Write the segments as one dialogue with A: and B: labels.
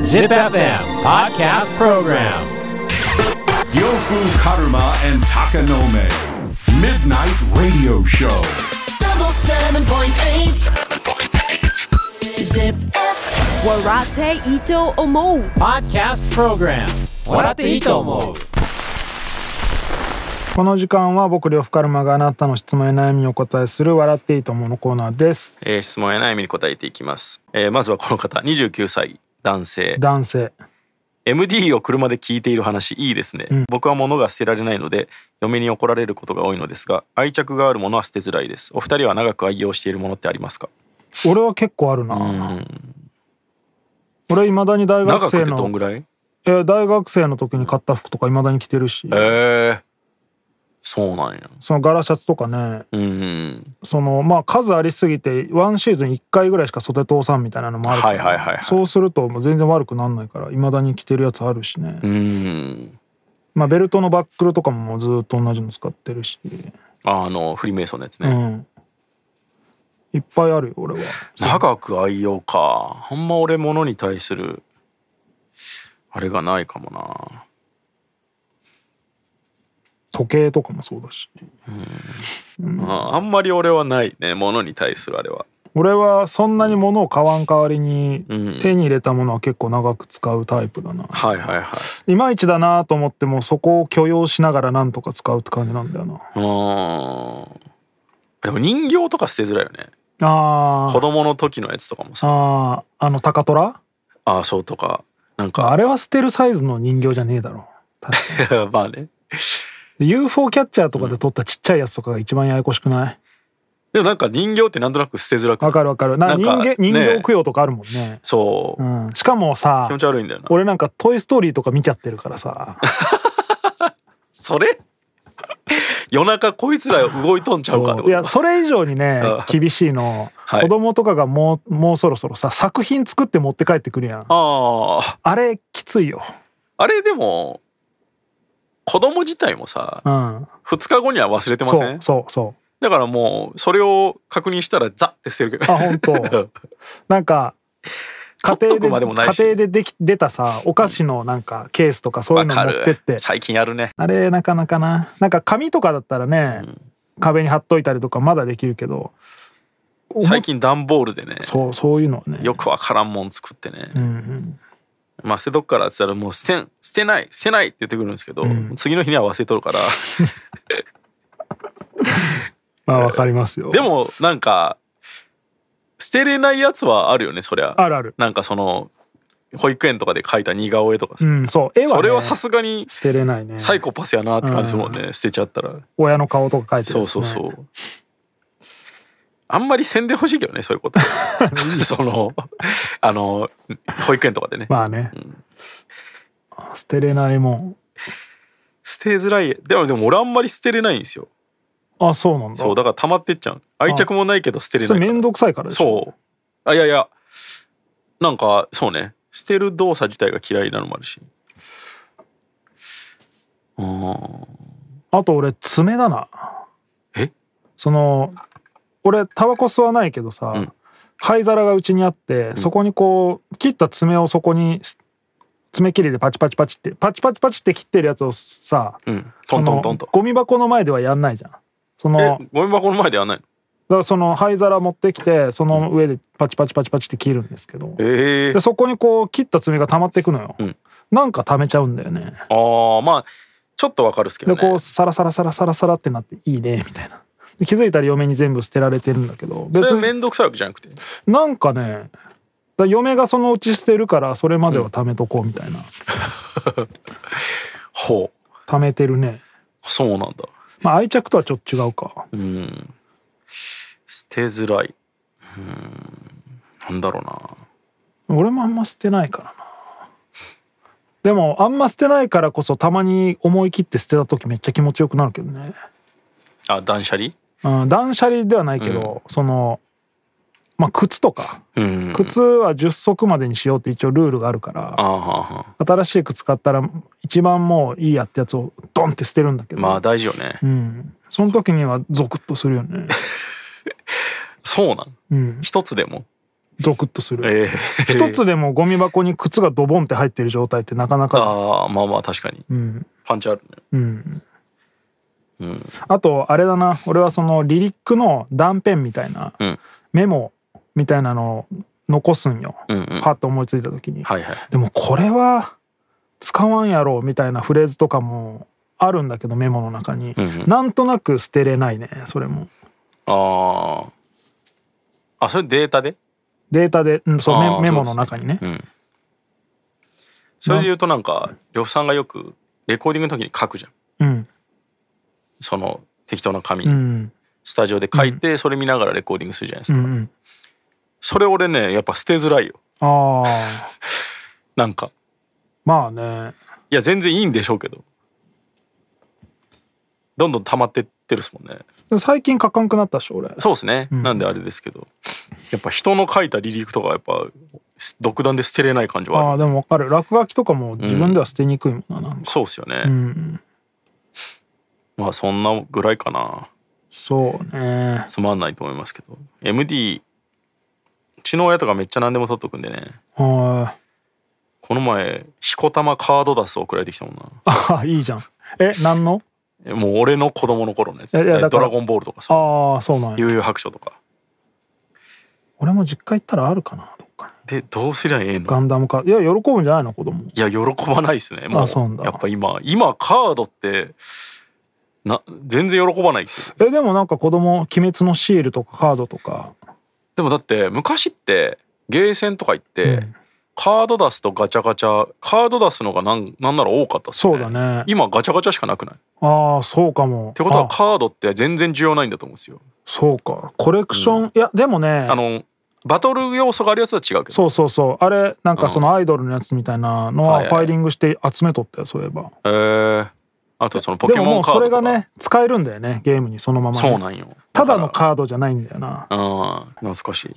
A: Zip FM Podcast Program
B: Yofu Karuma and Takanome. Midnight Radio Show.
C: double seven point eight. Zip.
D: Warate Ito Omo.
A: Podcast Program 笑っていいと思う
E: この時間は僕呂布カルマがあなたの質問や悩みにお答えする笑っていいと思うのコーナーです
F: えー質問や悩みに答えていきます、えーまずはこの方29歳男性
E: 男性
F: MD を車で聞いている話いいですね、僕は物が捨てられないので嫁に怒られることが多いのですが愛着があるものは捨てづらいですお二人は長く愛用しているものってありますか
E: 俺は結構あるな、俺いまだに大学
F: 長く
E: 生
F: てどん
E: の
F: ぐらい
E: えー大学生の時に買った服とかいまだに着てるし
F: えー、そうなんや
E: その柄シャツとかね
F: うん
E: そのまあ数ありすぎてワンシーズン1回ぐらいしか袖通さんみたいなのもあるから、
F: はいはいはいはい
E: そうするともう全然悪くなんないからいまだに着てるやつあるしね、
F: うん
E: まあ、ベルトのバックルとかももうずっと同じの使ってるし、
F: あのフリーメイソンのやつ
E: う
F: ね、
E: ん、いっぱいあるよ俺は
F: 長く愛用かあんま俺物に対するあれがないかもな
E: 時計とかもそうだし
F: ああんまり俺はないね物に対するあれは
E: 俺はそんなに物を買わん代わりに
F: うん
E: 手に入れたものは結構長く使うタイプだな、
F: はいはいはい
E: いまいちだなと思ってもそこを許容しながらなんとか使うって感じなんだよな
F: うーんでも人形とか捨てづらいよね
E: あ
F: 子
E: ー
F: 供の時のやつとかもさ
E: あーあの高虎
F: ああそうとかなん
E: あ
F: か
E: れは捨てるサイズの人形じゃねえだろ確か
F: まあね
E: に UFO キャッチャーとかで撮ったちっちゃいやつとかが一番ややこしくない
F: でもなんか人形ってなんとなく捨てづらくな
E: わ
F: い
E: かるわかるな
F: なん
E: 人
F: か
E: 間
F: ね
E: 人形供養とかあるもんね
F: そう、
E: うん、しかもさ
F: 気持ち悪いんだよな
E: 俺なんか「トイ・ストーリー」とか見ちゃってるからさ
F: それ 夜中こいつら動いとんちゃうかってこと
E: いやそれ以上に ね
F: あ
E: 厳しいの、
F: はい
E: 子供とかがもうもうそろそろさ作品作って持って帰ってくるやんあ
F: ああ
E: れきついよ
F: あれでも子供自体もさ
E: うん
F: 2日後には忘れてま
E: そ
F: せん
E: うそうそ
F: だからもうそれを確認したらザッて捨てるけど
E: あ本当 うなんか家
F: 取
E: 庭
F: っとくま
E: で
F: でもないし
E: 家庭ででき出たさお菓子のなんかケースとかそういう
F: わ
E: の
F: か
E: 持ってっ
F: る
E: て
F: 最近やるね
E: あれなかなかななんか紙とかだったらね、壁に貼っといたりとかまだできるけど
F: 最近段ボールでね
E: そうそういうのはね
F: よくわからんもん作ってね、
E: うんうん、
F: まあ捨てとくからって言ったらもう捨てん捨てない捨てないって言ってくるんですけど、次の日には忘れとるから
E: まあわかりますよ
F: でもなんか捨てれないやつはあるよねそりゃ
E: あるある
F: なんかその保育園とかで描いた似顔絵とか
E: う
F: さ、
E: んそう絵は、ね、
F: それはさすがに
E: 捨てれないね
F: サイコパスやなって感じするもんね、捨てちゃったら
E: 親の顔とか書いてる
F: そう
E: やつね
F: そうそう。あんまりせんでほしいけどね、そう いうこと。その、あの、保育園とかでね。
E: まあね、捨てれないもん
F: 捨てづらい。でも、でも俺あんまり捨てれないんですよ。
E: あそうなんだ
F: そう、だから溜まってっちゃう。愛着もないけど捨てれ
E: そ
F: な
E: れ
F: い。
E: 面倒くさいからでしょ
F: そう。あ、いやいや。なんか、そうね。捨てる動作自体が嫌いなのもあるし。あー
E: あと俺爪だな
F: え
E: その俺タバコ吸わないけどさ、
F: ん
E: 灰皿がうちにあって、そこにこう切った爪をそこにす爪切りでパチパチパチってパチパチパチって切ってるやつをさ、
F: うん。トントントン
E: そ
F: と
E: の。ゴミ箱の前ではやんないじゃんそ
F: え
E: の、
F: ゴミ箱の前でやんないの
E: だからその灰皿持ってきてその上でパチパチパチパチって切るんですけど
F: ええ
E: でそこにこう切った爪が溜まっていくのよ、
F: うん
E: なんか溜めちゃうんだよね
F: ああ、まあ、ちょっとわかるっすけど
E: で
F: ね。
E: こうサラサラサラサラサラってなっていいねみたいなで気づいたら嫁に全部捨てられてるんだけど別
F: それ
E: に
F: めんどくさいわけじゃなくて。
E: なんかねだから嫁がそのうち捨てるからそれまでは溜めとこうみたいな
F: ほう。
E: 溜めてるね
F: そうなんだ。
E: まあ愛着とはちょっと違うか
F: うん。捨てづらい。うん。なんだろうな。
E: 俺もあんま捨てないからなでもあんま捨てないからこそたまに思い切って捨てた時めっちゃ気持ちよくなるけどね
F: あ、断捨離
E: うん、断捨離ではないけど、そのまあ靴とか
F: うん。
E: 靴は10足までにしようって一応ルールがあるから、
F: ああはあ。
E: 新しい靴買ったら一番もういいやってやつをドンって捨てるんだけど、
F: まあ大事よね。
E: うん、その 時にはゾクッとするよね
F: そうなん。
E: うん
F: 一つでも。
E: ゾクッとする、
F: えー、
E: 一つでもゴミ箱に靴がドボンって入ってる状態ってなかなか
F: ああまあまあ確かに、
E: ん
F: パンチあるね
E: あとあれだな俺はそのリリックの断片みたいな、
F: うん
E: メモみたいなのを残すんよ、
F: んうん
E: パッと思いついた時に、
F: はいはい
E: でもこれは使わんやろみたいなフレーズとかもあるんだけどメモの中に、
F: んうん
E: なんとなく捨てれないねそれも
F: あーあそれデータで
E: データで、うん、そう
F: あー
E: メメモ
F: そ
E: の
F: うです
E: 中にね
F: うんそれで言うとなんか呂布さんがよくレコーディングの時に書くじゃん
E: うん
F: その適当な紙
E: う
F: に
E: ん
F: スタジオで書いてそれ見ながらレコーディングするじゃないです
E: うんう
F: か、
E: ん
F: それ俺ねやっぱ捨てづらいよ
E: ああ
F: なんか
E: まあね
F: いや全然いいんでしょうけどどんどん溜まってってるっすもんね
E: 最近書かんくなったっしょ俺
F: そうですね、なんであれですけどやっぱ人の書いた離陸とかはやっぱ独断で捨てれない感じは
E: あ
F: あ
E: あ
F: る
E: でも分かる落書きとかも自分では捨てにくいもんななんか
F: そうっすよね、
E: うん
F: まあそんなぐらいかな
E: そうね
F: つまんないと思いますけど MD うちの親とかめっちゃ何でも取っとくんでね
E: は
F: この前しこたまカードダス送られてきたもんな
E: ーいいいじゃんえ何の
F: えもう俺の子供の頃のやつ
E: いやいやだから
F: ドラゴンボールとかさ
E: ああそうなんや
F: 悠々白書とか
E: 俺も実家行ったらあるかなどっかに
F: でどうすりゃええの
E: ガンダムかいや喜ぶんじゃないの子供
F: いや喜ばないですねも
E: あそうなんだ
F: やっぱ今今カードってな全然喜ばないですよ
E: えでもなんか子供鬼滅のシールとかカードとか
F: でもだって昔ってゲーセンとか行って、カードダスとガチャガチャカードダスのがなんなんなら多かったっすね
E: そうだね
F: 今ガチャガチャしかなくないっ
E: ああそうかもって
F: ことはカードって全然需要ないんだと思うんですよ
E: そうかコレクション、いやでもね
F: あのバトル要素があるやつは違うけど
E: そうそうそうあれなんかそのアイドルのやつみたいなの
F: は
E: はいフ
F: は
E: ァ
F: い
E: イリングして集めとったよそういえば
F: えー、あとそのポ
E: で
F: ケ
E: も
F: モ
E: も
F: ン
E: う
F: カー
E: そ
F: ド
E: れ
F: とか
E: がね使えるんだよねゲームにそのままね、
F: そうなんよ
E: ただの
F: カー
E: カードじゃないんだよな
F: ドうん懐かしい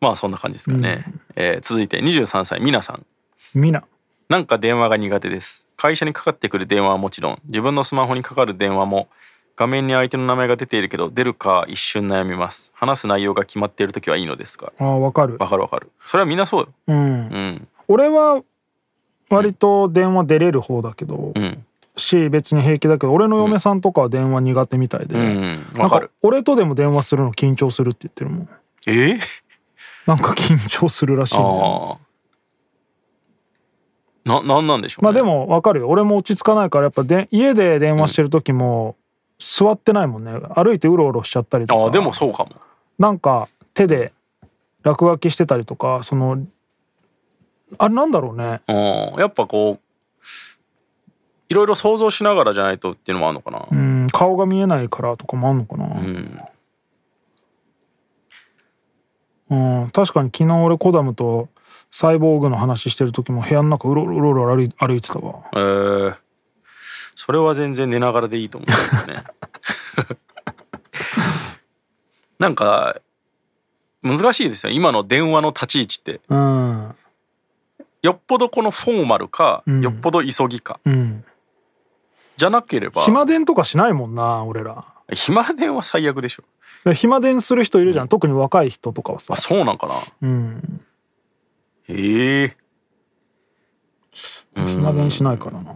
F: まあそんな感じですかね、えー続いて23歳みなさん
E: みな
F: なんか電話が苦手です。会社にかかってくる電話はもちろん、自分のスマホにかかる電話も、画面に相手の名前が出ているけど、出るか一瞬悩みます。話す内容が決まっているときはいいのですが。
E: あーわかる
F: わかるわかる。それはみんなそうよ。
E: うん
F: うん。
E: 俺は割と電話出れる方だけど、
F: うん。
E: し別に平気だけど俺の嫁さんとかは電話苦手みたいで、
F: うん。
E: な
F: わ
E: ん
F: かる。
E: 俺とでも電話するの緊張するって言ってるもん
F: ええ
E: なんか緊張するらしいんだよね
F: ああ。な、なんなんでしょう、ね。
E: まあで。も分かるよ俺も落ち着かないからやっぱで家で電話してる時も座ってないもんね歩いてうろうろしちゃったりとか
F: ああ、でもそうかも。
E: なんか手で落書きしてたりとかそのあれなんだろうね
F: うん。やっぱこう、いろいろ想像しながらじゃないとっていうのもあるのかな。
E: うん顔が見えないからとかもあんのかな
F: うん。
E: うん確かに昨日俺コダムとサイボーグの話してる時も部屋の中うろうろうろうろ歩い歩いてたわ
F: えーそれは全然寝ながらでいいと思うんですよね。 なんか難しいですよ今の電話の立ち位置って
E: うん
F: よっぽどこのフォーマルか、
E: ん
F: よっぽど急ぎか
E: うん
F: じゃなければ
E: 暇電とかしないもんな俺ら
F: 暇電は最悪でしょ
E: 暇電する人いるじゃん特に若い人とかはさ
F: あそうなんかな
E: うん
F: ええ
E: 暇電しないからな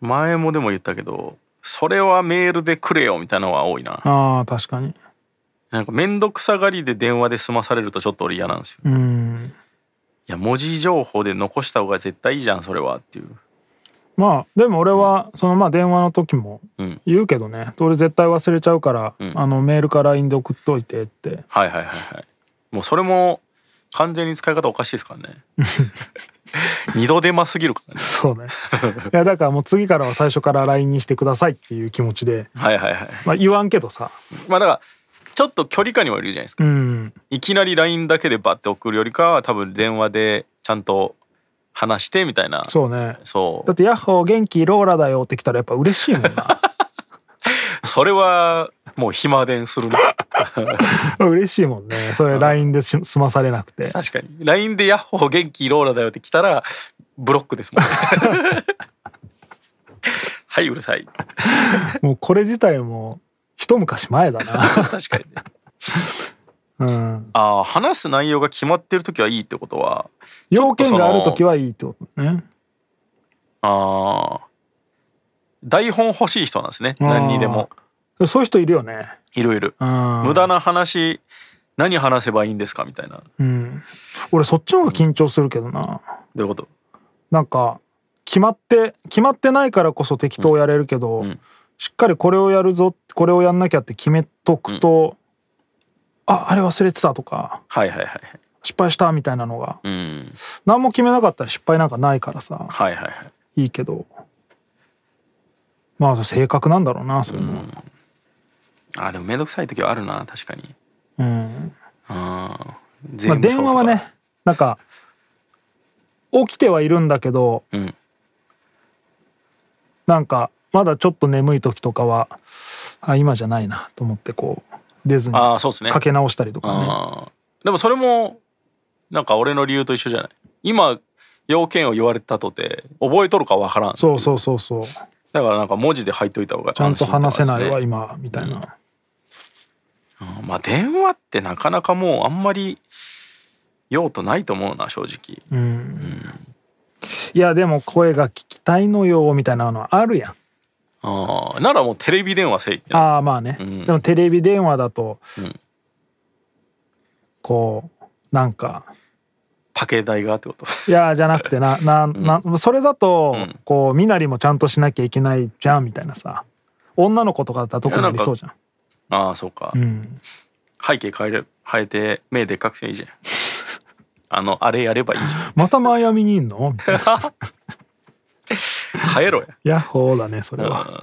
F: 前もでも言ったけどそれはメールでくれよみたいなのは多いな
E: あー確かに
F: なんか面倒くさがりで電話で済まされるとちょっと俺嫌なんですよ
E: うん
F: いや文字情報で残した方が絶対いいじゃんそれはっていう
E: まあでも俺はそのまあ電話の時も
F: うん
E: 言うけどね俺絶対忘れちゃうから、
F: ん
E: あのメールか LINE で送っといてって
F: はいはいはいはいもうそれも完全に使い方おかしいですからね 二度手間すぎるからね
E: そう ねいやだからもう次からは最初から LINE にしてくださいっていう気持ちで
F: はいはいはい
E: まあ言わんけどさ
F: まあだからちょっと距離感にもいるじゃないですか、
E: うん
F: いきなり LINE だけでバッて送るよりかは多分電話でちゃんと話してみたいな
E: そうね
F: そう
E: だって「ヤッホー元気ローラだよ」って来たらやっぱ嬉しいもん な
F: それはもう暇電するな
E: 嬉しいもんねそれ LINE でし済まされなくて
F: 確かに LINE で「ヤッホー元気ローラだよ」って来たらブロックですもん はいうるさい
E: もうこれ自体も一昔前だな
F: 確かにね
E: うん、
F: ああ話す内容が決まってる時はいいってことは
E: 要件がある時はいいってことね
F: ああ台本欲しい人なんですね
E: あー
F: 何にでも
E: そういう人いるよね
F: いろいろ
E: うん
F: 無駄な話何話せばいいんですかみたいな
E: うん、俺そっちの方が緊張するけどな
F: どういうこと
E: なんか決まって決まってないからこそ適当やれるけど、
F: ん
E: しっかりこれをやるぞこれをやんなきゃって決めとくと、ああれ忘れてたとか
F: はいはいはい
E: 失敗したみたいなのが
F: うん
E: 何も決めなかったら失敗なんかないからさ
F: はいはいはい
E: いいけどまあ性格なんだろうなそういうのは
F: あーでもめんどくさい時はあるな確かに
E: うん
F: あー
E: まあ、
F: 税務署
E: 電
F: とか
E: 話はねなんか起きてはいるんだけど
F: うん
E: なんかまだちょっと眠い時とかはあ今じゃないなと思ってこう出ずに
F: ああそうですね
E: かけ直したりとかね
F: あーでもそれもなんか俺の理由と一緒じゃない今要件を言われたとて覚えとるかわからん
E: そうそうそうそう
F: だからなんか文字で入っといた方が
E: ちゃん
F: 安
E: と
F: 心って
E: 話せない
F: こと
E: わ
F: ですね
E: 今みたいな
F: うんまあ電話ってなかなかもうあんまり用途ないと思うな正直
E: いやでも声が聞きたいのよみたいなのはあるやん
F: あーならもうテレビ電話せいってな
E: ああまあね、
F: ん
E: でもテレビ電話だと、
F: ん
E: こうなんか
F: パケ代がってこと
E: いやじゃなくて なななそれだと、こう身なりもちゃんとしなきゃいけないじゃんみたいなさ女の子とかだったら特にありそうじゃん
F: ああそうか、
E: うん
F: 背景変える変えて目でっかくせばいいじゃんあのあれやればいいじゃん
E: またマイアミにいんのみ たいな
F: 変えろや
E: ヤッホーだねそれは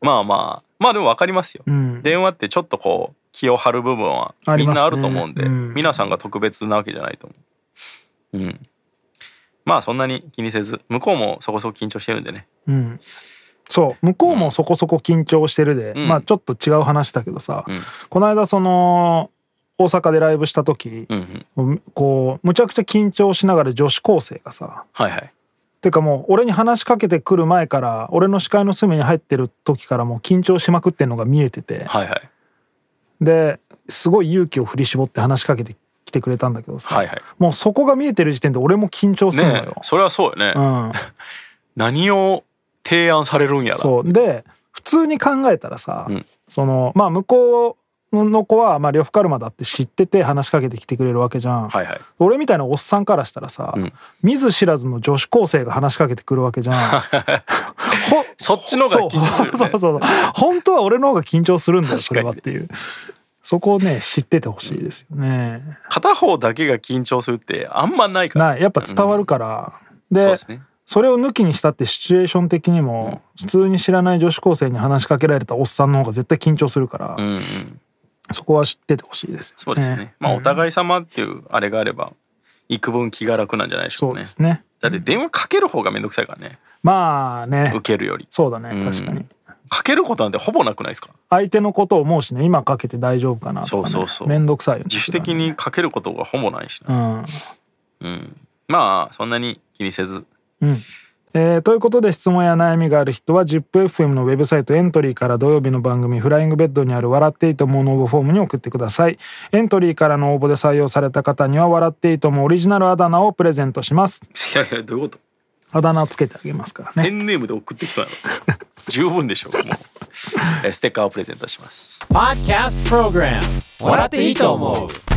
F: まあまあまあでも分かりますよ、
E: ん
F: 電話ってちょっとこう気を張る部分は
E: あ
F: み
E: り
F: ん
E: ますね
F: なあると思うんで、
E: うん
F: 皆さんが特別なわけじゃないと思ううんまあそんなに気にせず向こうもそこそこ緊張してるんでね
E: うんそう向こうもそこそこ緊張してるで、
F: ん
E: まあちょっと違う話だけどさ、
F: ん
E: この間その大阪でライブした時
F: う、んうん
E: こうむちゃくちゃ緊張しながら女子高生がさ
F: はいはい
E: てかもう俺に話しかけてくる前から俺の視界の隅に入ってる時からもう緊張しまくってんのが見えてて
F: はいはい
E: ですごい勇気を振り絞って話しかけてきてくれたんだけどさ、
F: はいはい
E: もうそこが見えてる時点で俺も緊張するの
F: ね
E: よ
F: え。それはそうよね、
E: うん
F: 何を提案されるんやら
E: そうで普通に考えたらさ、
F: ん
E: そのまあ向こうの子は、まあ、呂布カルマだって知ってて話しかけてきてくれるわけじゃん、
F: はいはい
E: 俺みたいなおっさんからしたらさ、
F: ん
E: 見ず知らずの女子高生が話しかけてくるわけじゃん ほ
F: そっちの方が緊張するよね
E: そうそうそうそう本当は俺の方が緊張するんだよそ
F: 確か
E: れ
F: に
E: はっていうそこをね知っててほしいですよね、
F: 片方だけが緊張するってあんまないから
E: ないやっぱ伝わるから、で
F: そうですね
E: それを抜きにしたってシチュエーション的にも普通に知らない女子高生に話しかけられたおっさんの方が絶対緊張するから、
F: うんうん
E: そこは知っててほしいですよね。
F: そうですねまあお互い様っていうあれがあれば幾分気が楽なんじゃないでしょ
E: そうう
F: かね
E: ですね。
F: だって電話かける方がめんどくさいからね
E: まあね
F: 受、けるより
E: そうだね、
F: うん
E: 確かに。
F: かけることなんてほぼなくないですか
E: 相手のことを思うしね、今かけて大丈夫かなとか、ね、
F: そうそうそう
E: めんどくさいよね。
F: 自主的にかけることがほぼないし
E: う
F: な、
E: ん。
F: まあそんなに気にせず
E: えーということで質問や悩みがある人は ZIPFM のウェブサイトエントリーから土曜日の番組「フライングベッド」にある「笑っていいと思う」の応募フォームに送ってくださいエントリーからの応募で採用された方には「笑っていいと思う」オリジナルあだ名をプレゼントします
F: いやいやどういうこと
E: あだ名をつけてあげますから
F: ペ
E: ね
F: ンネームで送ってきたの十分で しょうもうえステッカーをプレゼントします
A: Podcast Program 笑っていいと思う